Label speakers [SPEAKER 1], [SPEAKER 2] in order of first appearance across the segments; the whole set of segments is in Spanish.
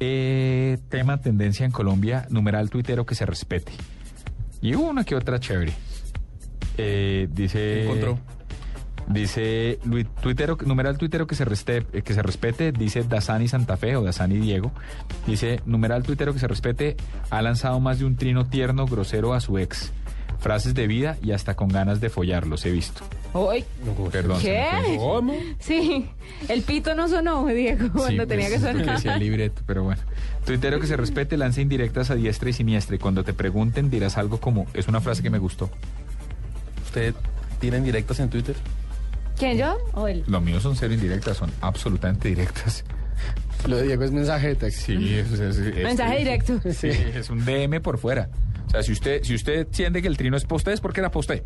[SPEAKER 1] eh, tema tendencia en Colombia, numeral tuitero que se respete. Y hubo una que otra chévere. Eh, dice.
[SPEAKER 2] Encontró.
[SPEAKER 1] Dice Luis, tuitero, numeral tuitero que se, reste- eh, que se respete, dice Dasani Santa Fe o Dasani Diego. Dice, numeral tuitero que se respete, ha lanzado más de un trino tierno, grosero a su ex. Frases de vida y hasta con ganas de follarlos, he visto.
[SPEAKER 3] Hoy,
[SPEAKER 1] Perdón. se me
[SPEAKER 3] ¿Qué?
[SPEAKER 1] fue.
[SPEAKER 2] ¿Cómo?
[SPEAKER 3] sí, el pito no sonó, Diego,
[SPEAKER 1] Sí,
[SPEAKER 3] cuando
[SPEAKER 1] pues,
[SPEAKER 3] tenía que
[SPEAKER 1] es lo
[SPEAKER 3] sonar.
[SPEAKER 1] decía el libreto, pero bueno. Tuitero que se respete, lanza indirectas a diestra y siniestra. Y cuando te pregunten, dirás algo como: Es una frase que me gustó.
[SPEAKER 2] ¿Usted tiene directas en Twitter?
[SPEAKER 3] ¿Quién, yo o él?
[SPEAKER 1] Lo mío son cero indirectas, son absolutamente directas.
[SPEAKER 4] Lo de Diego es mensaje de texto.
[SPEAKER 1] Sí, es, es- es-
[SPEAKER 3] Mensaje
[SPEAKER 1] es-
[SPEAKER 3] directo.
[SPEAKER 1] Sí, es un DM por fuera. O sea, si usted, si usted siente que el trino es poste, es porque era poste.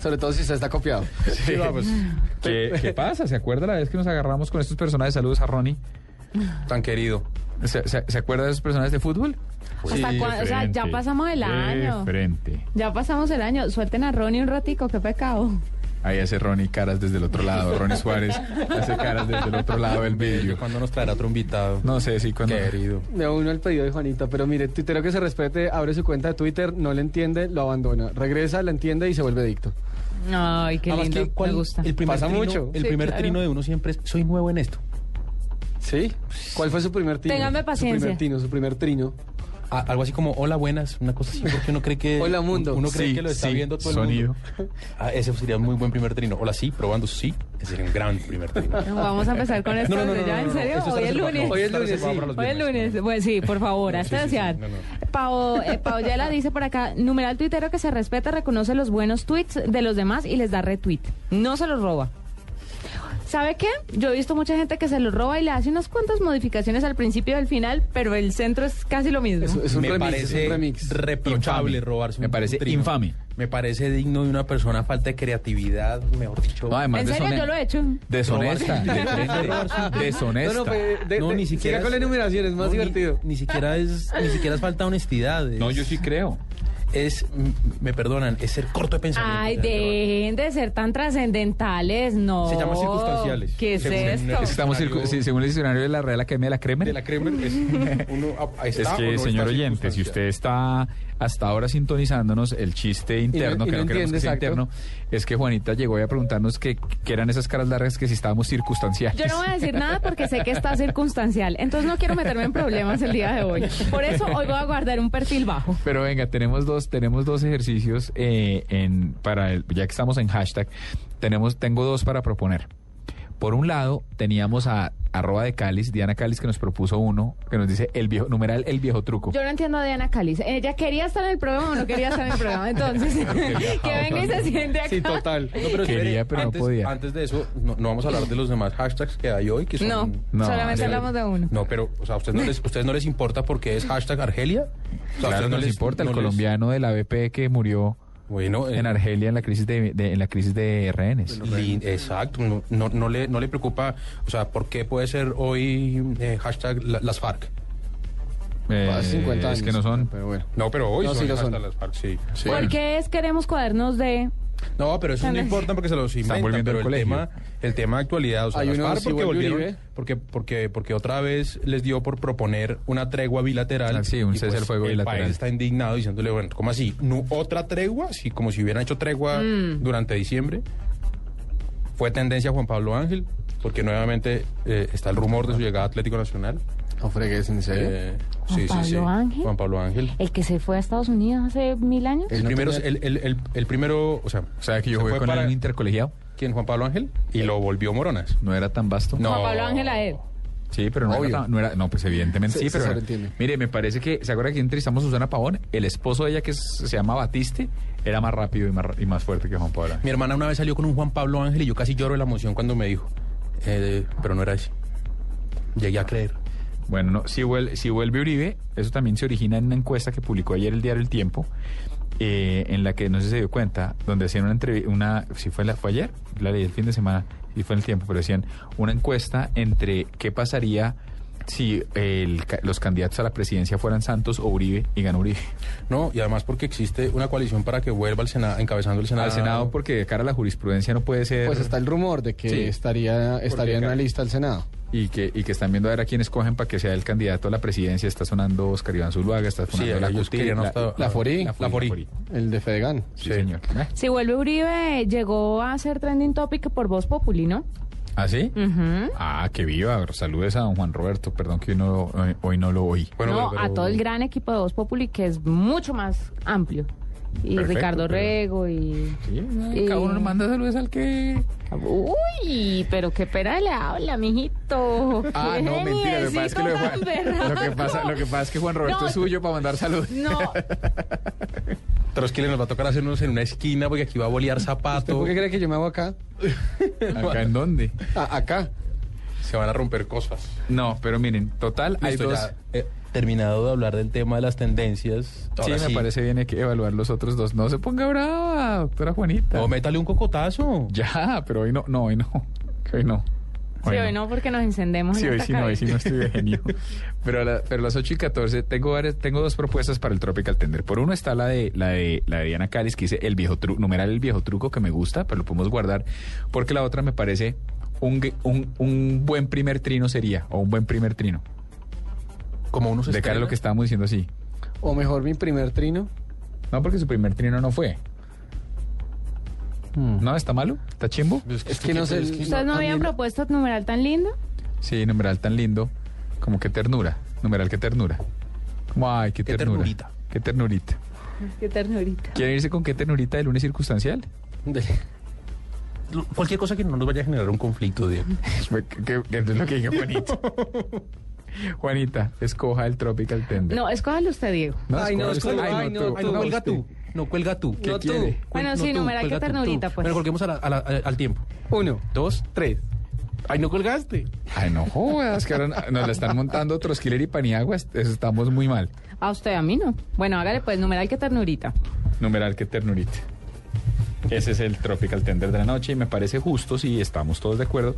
[SPEAKER 4] Sobre todo si usted está copiado.
[SPEAKER 1] Sí, vamos.
[SPEAKER 3] Ah.
[SPEAKER 1] ¿Qué, qué pasa? ¿Se acuerda la vez que nos agarramos con estos personajes? Saludos a Ronnie.
[SPEAKER 2] Tan querido.
[SPEAKER 1] ¿Se, se- se acuerda de esos personajes de fútbol? Pues
[SPEAKER 3] ¿Hasta cuándo? O sea, ya pasamos el año.
[SPEAKER 1] frente.
[SPEAKER 3] Ya pasamos el año. Suelten a Ronnie un ratico, qué pecado.
[SPEAKER 1] Ahí hace Ronnie caras desde el otro lado. Ronnie Suárez hace caras desde el otro lado del vidrio.
[SPEAKER 2] ¿Cuándo nos traerá otro invitado?
[SPEAKER 1] No sé si cuando.
[SPEAKER 2] Querido.
[SPEAKER 4] Me uno al pedido de Juanita, pero mire, tuitero que se respete, abre su cuenta de Twitter, no le entiende, lo abandona. Regresa, la entiende y se vuelve adicto.
[SPEAKER 3] Ay, qué
[SPEAKER 2] Además
[SPEAKER 3] lindo,
[SPEAKER 2] que, ¿cuál-
[SPEAKER 3] me gusta.
[SPEAKER 2] El primer
[SPEAKER 4] Pasa
[SPEAKER 2] trino-
[SPEAKER 4] mucho.
[SPEAKER 2] El
[SPEAKER 3] Sí,
[SPEAKER 2] primer
[SPEAKER 3] claro.
[SPEAKER 2] trino de uno siempre es, soy nuevo en esto.
[SPEAKER 4] ¿Sí? ¿Cuál fue su primer tino?
[SPEAKER 3] Téngame
[SPEAKER 4] Su
[SPEAKER 3] paciencia.
[SPEAKER 4] primer tino, su primer trino.
[SPEAKER 2] A- algo así como, hola, buenas, una cosa así, porque uno cree que...
[SPEAKER 4] Hola, mundo.
[SPEAKER 2] Uno cree
[SPEAKER 1] Sí,
[SPEAKER 2] que lo está
[SPEAKER 1] sí,
[SPEAKER 2] viendo todo
[SPEAKER 1] sonido.
[SPEAKER 2] el mundo. Ah, ese sería un muy buen primer trino. Hola, sí, probando, sí. Ese sería un gran primer trino.
[SPEAKER 3] No, Vamos a empezar con esto.
[SPEAKER 2] No, no, no,
[SPEAKER 3] ¿Ya?
[SPEAKER 2] no, no,
[SPEAKER 3] ¿En serio?
[SPEAKER 2] esto está
[SPEAKER 3] Hoy es
[SPEAKER 2] reservado.
[SPEAKER 3] lunes.
[SPEAKER 4] Hoy es
[SPEAKER 2] Está
[SPEAKER 4] lunes,
[SPEAKER 2] reservado
[SPEAKER 4] sí.
[SPEAKER 2] para los
[SPEAKER 3] Hoy es
[SPEAKER 2] viernes.
[SPEAKER 3] lunes. Pues sí, por favor,
[SPEAKER 2] Sí, sí,
[SPEAKER 3] hasta
[SPEAKER 2] sí,
[SPEAKER 3] desear.
[SPEAKER 2] no, no.
[SPEAKER 3] Pao- eh, Paoyela dice por acá, numeral tuitero que se respeta, reconoce los buenos tweets de los demás y les da retweet. No se los roba. ¿Sabe qué? Yo he visto mucha gente que se los roba y le hace unas cuantas modificaciones al principio y al final, pero el centro es casi lo mismo.
[SPEAKER 4] Es, es un
[SPEAKER 2] me
[SPEAKER 4] remix,
[SPEAKER 2] parece
[SPEAKER 4] es un remix.
[SPEAKER 2] reprochable
[SPEAKER 1] Infame.
[SPEAKER 2] robarse un
[SPEAKER 1] Me parece
[SPEAKER 2] un trino.
[SPEAKER 1] infame.
[SPEAKER 2] Me parece digno de una persona falta de creatividad, mejor dicho.
[SPEAKER 1] No, además
[SPEAKER 3] en serio,
[SPEAKER 1] desone-
[SPEAKER 3] yo lo he hecho.
[SPEAKER 1] Deshonesta.
[SPEAKER 2] Robarse un trino.
[SPEAKER 1] Deshonesta. Deshonesta.
[SPEAKER 4] No, no, pues, de-
[SPEAKER 2] No,
[SPEAKER 4] de-
[SPEAKER 2] ni siquiera
[SPEAKER 4] siga con la
[SPEAKER 2] es-
[SPEAKER 4] enumeración, es más
[SPEAKER 2] No, ni-
[SPEAKER 4] divertido.
[SPEAKER 2] Ni, siquiera es ni siquiera es falta de honestidad. es-
[SPEAKER 1] No, yo sí creo.
[SPEAKER 2] es m- me perdonan, es ser corto de pensamiento.
[SPEAKER 3] Ay,
[SPEAKER 2] O sea,
[SPEAKER 3] dejen de ser tan trascendentales, no.
[SPEAKER 2] Se llama circunstanciales.
[SPEAKER 3] ¿Qué es
[SPEAKER 2] Según el-
[SPEAKER 3] esto?
[SPEAKER 2] es-
[SPEAKER 1] Estamos
[SPEAKER 2] Escenario-
[SPEAKER 1] circu- sí, según el diccionario de la Real Academia de la Cremer. Ah,
[SPEAKER 2] De la Kremer es uno a- a-
[SPEAKER 1] Es
[SPEAKER 2] está o
[SPEAKER 1] que,
[SPEAKER 2] no
[SPEAKER 1] señor
[SPEAKER 2] está
[SPEAKER 1] oyente, si usted
[SPEAKER 2] circunstancial.
[SPEAKER 1] está hasta ahora sintonizándonos, el chiste interno,
[SPEAKER 4] y
[SPEAKER 1] que
[SPEAKER 4] no
[SPEAKER 1] no queremos
[SPEAKER 4] entiende,
[SPEAKER 1] que sea
[SPEAKER 4] exacto.
[SPEAKER 1] interno, es que Juanita llegó hoy a preguntarnos que, que eran esas caras largas que si estábamos circunstanciales.
[SPEAKER 3] Yo no voy a decir nada porque sé que está circunstancial. Entonces no quiero meterme en problemas el día de hoy. Por eso hoy voy a guardar un perfil bajo.
[SPEAKER 1] Pero venga, tenemos dos, tenemos dos ejercicios eh, en, para el, ya que estamos en hashtag, tenemos, tengo dos para proponer. Por un lado, teníamos a arroba de Cáliz, Diana Cáliz, que nos propuso uno, que nos dice el viejo, numeral el viejo truco.
[SPEAKER 3] Yo no entiendo a Diana Cáliz. ¿Ella quería estar en el programa o no quería estar en el programa? Entonces, que venga y se siente
[SPEAKER 4] Sí,
[SPEAKER 3] acá.
[SPEAKER 4] total.
[SPEAKER 2] No, pero
[SPEAKER 1] Quería,
[SPEAKER 2] espere,
[SPEAKER 1] pero no
[SPEAKER 2] antes,
[SPEAKER 1] podía.
[SPEAKER 2] Antes de eso, no, no vamos a hablar de los demás hashtags que hay hoy, que son
[SPEAKER 3] No,
[SPEAKER 1] No,
[SPEAKER 3] solamente
[SPEAKER 1] sí.
[SPEAKER 3] hablamos de uno.
[SPEAKER 2] No, pero o sea, ¿a ustedes no les, ustedes no les importa porque es hashtag Argelia? O sea, ¿a
[SPEAKER 1] Claro,
[SPEAKER 2] ustedes
[SPEAKER 1] no les importa, el
[SPEAKER 2] no les-
[SPEAKER 1] colombiano de la BP que murió
[SPEAKER 2] Bueno, eh,
[SPEAKER 1] en Argelia en la crisis de, de- en la crisis de rehenes.
[SPEAKER 2] li- exacto, no, no, no le, no le preocupa, o sea, ¿por qué puede ser hoy eh, hashtag la- las FARC?
[SPEAKER 1] Eh,
[SPEAKER 4] Hace 50 años.
[SPEAKER 1] Es que no son.
[SPEAKER 4] Pero bueno.
[SPEAKER 2] No, pero hoy
[SPEAKER 4] No,
[SPEAKER 2] son
[SPEAKER 4] sí lo
[SPEAKER 2] hashtag
[SPEAKER 4] son.
[SPEAKER 2] las FARC, sí.
[SPEAKER 3] ¿Por qué es queremos cuadernos de...?
[SPEAKER 2] No, pero eso no importa porque se los inventan,
[SPEAKER 1] volviendo
[SPEAKER 2] pero el
[SPEAKER 1] al colegio.
[SPEAKER 2] tema, el tema de actualidad, o sea,
[SPEAKER 4] Hay
[SPEAKER 2] las
[SPEAKER 4] uno
[SPEAKER 2] FARC
[SPEAKER 4] si
[SPEAKER 2] porque
[SPEAKER 4] vuelve
[SPEAKER 2] volvieron,
[SPEAKER 4] Uribe.
[SPEAKER 2] porque, porque, porque otra vez les dio por proponer una tregua bilateral.
[SPEAKER 1] Ah, sí, un
[SPEAKER 2] y, pues,
[SPEAKER 1] cese al fuego
[SPEAKER 2] el
[SPEAKER 1] bilateral.
[SPEAKER 2] país está indignado diciéndole, bueno, ¿cómo así? ¿No otra tregua? Sí, como si hubieran hecho tregua durante diciembre. Fue tendencia Juan Pablo Ángel, porque nuevamente eh, está el rumor de su llegada a Atlético Nacional.
[SPEAKER 4] No fregues, ¿en serio?
[SPEAKER 2] Eh,
[SPEAKER 3] ¿Juan Pablo Ángel?
[SPEAKER 2] Juan Pablo Ángel.
[SPEAKER 3] ¿El que se fue a Estados Unidos hace mil años?
[SPEAKER 2] El
[SPEAKER 4] no
[SPEAKER 2] primero,
[SPEAKER 4] tenía-
[SPEAKER 2] el, el- el- el primero, o sea,
[SPEAKER 1] O sea, que yo
[SPEAKER 2] se
[SPEAKER 1] jugué
[SPEAKER 2] fue
[SPEAKER 1] con
[SPEAKER 2] para-
[SPEAKER 1] el intercolegiado,
[SPEAKER 2] ¿Quién? Juan Pablo Ángel. Y lo volvió Moronas.
[SPEAKER 1] no era tan vasto.
[SPEAKER 2] No.
[SPEAKER 3] Juan Pablo Ángel a él.
[SPEAKER 1] Sí, pero no,
[SPEAKER 4] Obvio.
[SPEAKER 1] era, tan- no era- no, pues evidentemente
[SPEAKER 4] Se-
[SPEAKER 1] sí,
[SPEAKER 4] se
[SPEAKER 1] pero era-
[SPEAKER 4] sobreentiende.
[SPEAKER 1] mire, me parece que se acuerda que entrevistamos a Susana Pavón, el esposo de ella que es- se llama Batiste era más rápido y más, ra- y más fuerte que Juan Pablo.
[SPEAKER 2] Mi hermana una vez salió con un Juan Pablo Ángel y yo casi lloro de la emoción cuando me dijo. eh, pero no era ese. Llegué a creer.
[SPEAKER 1] Bueno, no, si, vuel- si vuelve Uribe, eso también se origina en una encuesta que publicó ayer el diario El Tiempo, eh, en la que no sé si se dio cuenta, donde hacían una entrevista, una, si fue, la, fue ayer, la leí el fin de semana y fue en el tiempo, pero decían una encuesta entre qué pasaría si el ca- los candidatos a la presidencia fueran Santos o Uribe y ganó Uribe.
[SPEAKER 2] No, y además porque existe una coalición para que vuelva al Senado, encabezando el Senado.
[SPEAKER 1] Al Senado, porque de cara a la jurisprudencia no puede ser...
[SPEAKER 4] Pues está el rumor de que
[SPEAKER 1] Sí.
[SPEAKER 4] estaría, estaría en
[SPEAKER 1] acá-
[SPEAKER 4] la lista del Senado.
[SPEAKER 1] y que, y que están viendo a ver a quién escogen para que sea el candidato a la presidencia. Está sonando Oscar Iván Zuluaga, está sonando la
[SPEAKER 2] ellos
[SPEAKER 1] Cuti,
[SPEAKER 2] querían hasta-
[SPEAKER 4] la Forí,
[SPEAKER 1] la Forí,
[SPEAKER 2] la Forí.
[SPEAKER 1] la Forí.
[SPEAKER 4] El de Fedegan.
[SPEAKER 1] Sí,
[SPEAKER 2] Sí.
[SPEAKER 1] señor. ¿Eh?
[SPEAKER 3] Si vuelve Uribe, llegó a ser trending topic por Voz Populi, ¿no?
[SPEAKER 1] ¿Ah, sí? Ah, que viva. Saludes a don Juan Roberto. Perdón que hoy no, hoy- hoy no lo oí.
[SPEAKER 2] Bueno,
[SPEAKER 3] no,
[SPEAKER 2] pero-
[SPEAKER 3] a todo el gran equipo de Voz Populi, que es mucho más amplio. Y
[SPEAKER 1] Perfecto,
[SPEAKER 3] Ricardo
[SPEAKER 1] pero-
[SPEAKER 3] Rego y...
[SPEAKER 1] Sí, cada uno le manda saludos al que...
[SPEAKER 3] Uy, pero qué pena le habla, mijito.
[SPEAKER 1] Ah, no,
[SPEAKER 3] Déjele
[SPEAKER 1] mentira. Lo que
[SPEAKER 3] decir
[SPEAKER 1] pasa es que, lo de
[SPEAKER 3] cosas
[SPEAKER 1] Juan-
[SPEAKER 3] berracas.
[SPEAKER 1] lo que pasa, lo que pasa es que Juan Roberto
[SPEAKER 3] No,
[SPEAKER 1] es suyo para mandar saludos.
[SPEAKER 3] No,
[SPEAKER 2] Trotsky nos va a tocar hacernos en una esquina porque aquí va a bolear zapato.
[SPEAKER 4] ¿Por qué cree que yo me hago acá?
[SPEAKER 1] ¿Acá en dónde?
[SPEAKER 4] Ah, acá.
[SPEAKER 2] Se van a romper cosas.
[SPEAKER 1] No, pero miren, total, hay
[SPEAKER 2] Listo,
[SPEAKER 1] dos...
[SPEAKER 2] ya, eh, terminado de hablar del tema de las tendencias.
[SPEAKER 1] Sí,
[SPEAKER 2] ahora
[SPEAKER 1] me parece bien, hay que evaluar los otros dos. No se ponga brava, doctora Juanita.
[SPEAKER 2] O métale un cocotazo.
[SPEAKER 1] Ya, pero hoy no, no, hoy no. que Hoy no.
[SPEAKER 3] sí, hoy no, porque nos encendemos.
[SPEAKER 1] Sí,
[SPEAKER 3] en
[SPEAKER 1] hoy
[SPEAKER 3] esta
[SPEAKER 1] sí no, hoy sí no estoy
[SPEAKER 3] cabina.
[SPEAKER 1] de genio. Pero a, la- pero a las 8 y 14 tengo, varias- tengo dos propuestas para el Tropical Tender. Por uno está la de, la de, la de Diana Cáliz, que dice el viejo truco, numeral el viejo truco que me gusta, pero lo podemos guardar, porque la otra me parece un, gue- un, un buen primer trino sería, o un buen primer trino.
[SPEAKER 2] Como unos
[SPEAKER 1] De cara a lo que estábamos diciendo así.
[SPEAKER 4] O mejor mi primer trino.
[SPEAKER 1] No, porque su primer trino no fue.
[SPEAKER 2] Hmm.
[SPEAKER 1] ¿No? ¿Está malo? ¿Está chimbo?
[SPEAKER 4] Es que no sé.
[SPEAKER 3] ¿Ustedes no
[SPEAKER 4] a mí
[SPEAKER 3] habían propuesto numeral tan lindo?
[SPEAKER 1] Sí, numeral tan lindo. Como que ternura. Numeral que ternura. Como, ay, qué,
[SPEAKER 2] Qué
[SPEAKER 1] ternura.
[SPEAKER 2] ternurita.
[SPEAKER 1] Qué ternurita.
[SPEAKER 3] Qué ternurita.
[SPEAKER 1] ¿Quieren irse con qué ternurita de lunes circunstancial?
[SPEAKER 2] Lo- Cualquier cosa que no nos vaya a generar un conflicto, Diego.
[SPEAKER 1] Pues, que, que es lo que dije, Juanita. Juanita, escoja el Tropical Tender.
[SPEAKER 3] No, escójalo usted, Diego.
[SPEAKER 4] Ay, no, escoja-
[SPEAKER 1] ay,
[SPEAKER 4] ay,
[SPEAKER 1] no, este.
[SPEAKER 4] no,
[SPEAKER 1] tú.
[SPEAKER 4] ay, no,
[SPEAKER 2] cuelga tú. No, cuelga tú.
[SPEAKER 4] No tú.
[SPEAKER 3] Bueno, sí,
[SPEAKER 2] no
[SPEAKER 3] numeral, qué ternurita, pues.
[SPEAKER 2] Bueno, colguemos a la- a la- a- al tiempo.
[SPEAKER 4] Uno.
[SPEAKER 2] Dos, tres. Ay, no colgaste.
[SPEAKER 1] Ay, no jodas, que ahora nos la están montando Troskiller y Paniagua. est- Estamos muy mal.
[SPEAKER 3] A usted, a mí no. Bueno, hágale pues, numeral, qué ternurita.
[SPEAKER 1] Numeral que ternurita. Ese es el Tropical Tender de la noche y me parece justo, si estamos todos de acuerdo,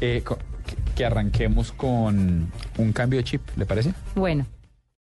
[SPEAKER 1] eh, co- que- que arranquemos con un cambio de chip, ¿le parece?
[SPEAKER 3] Bueno,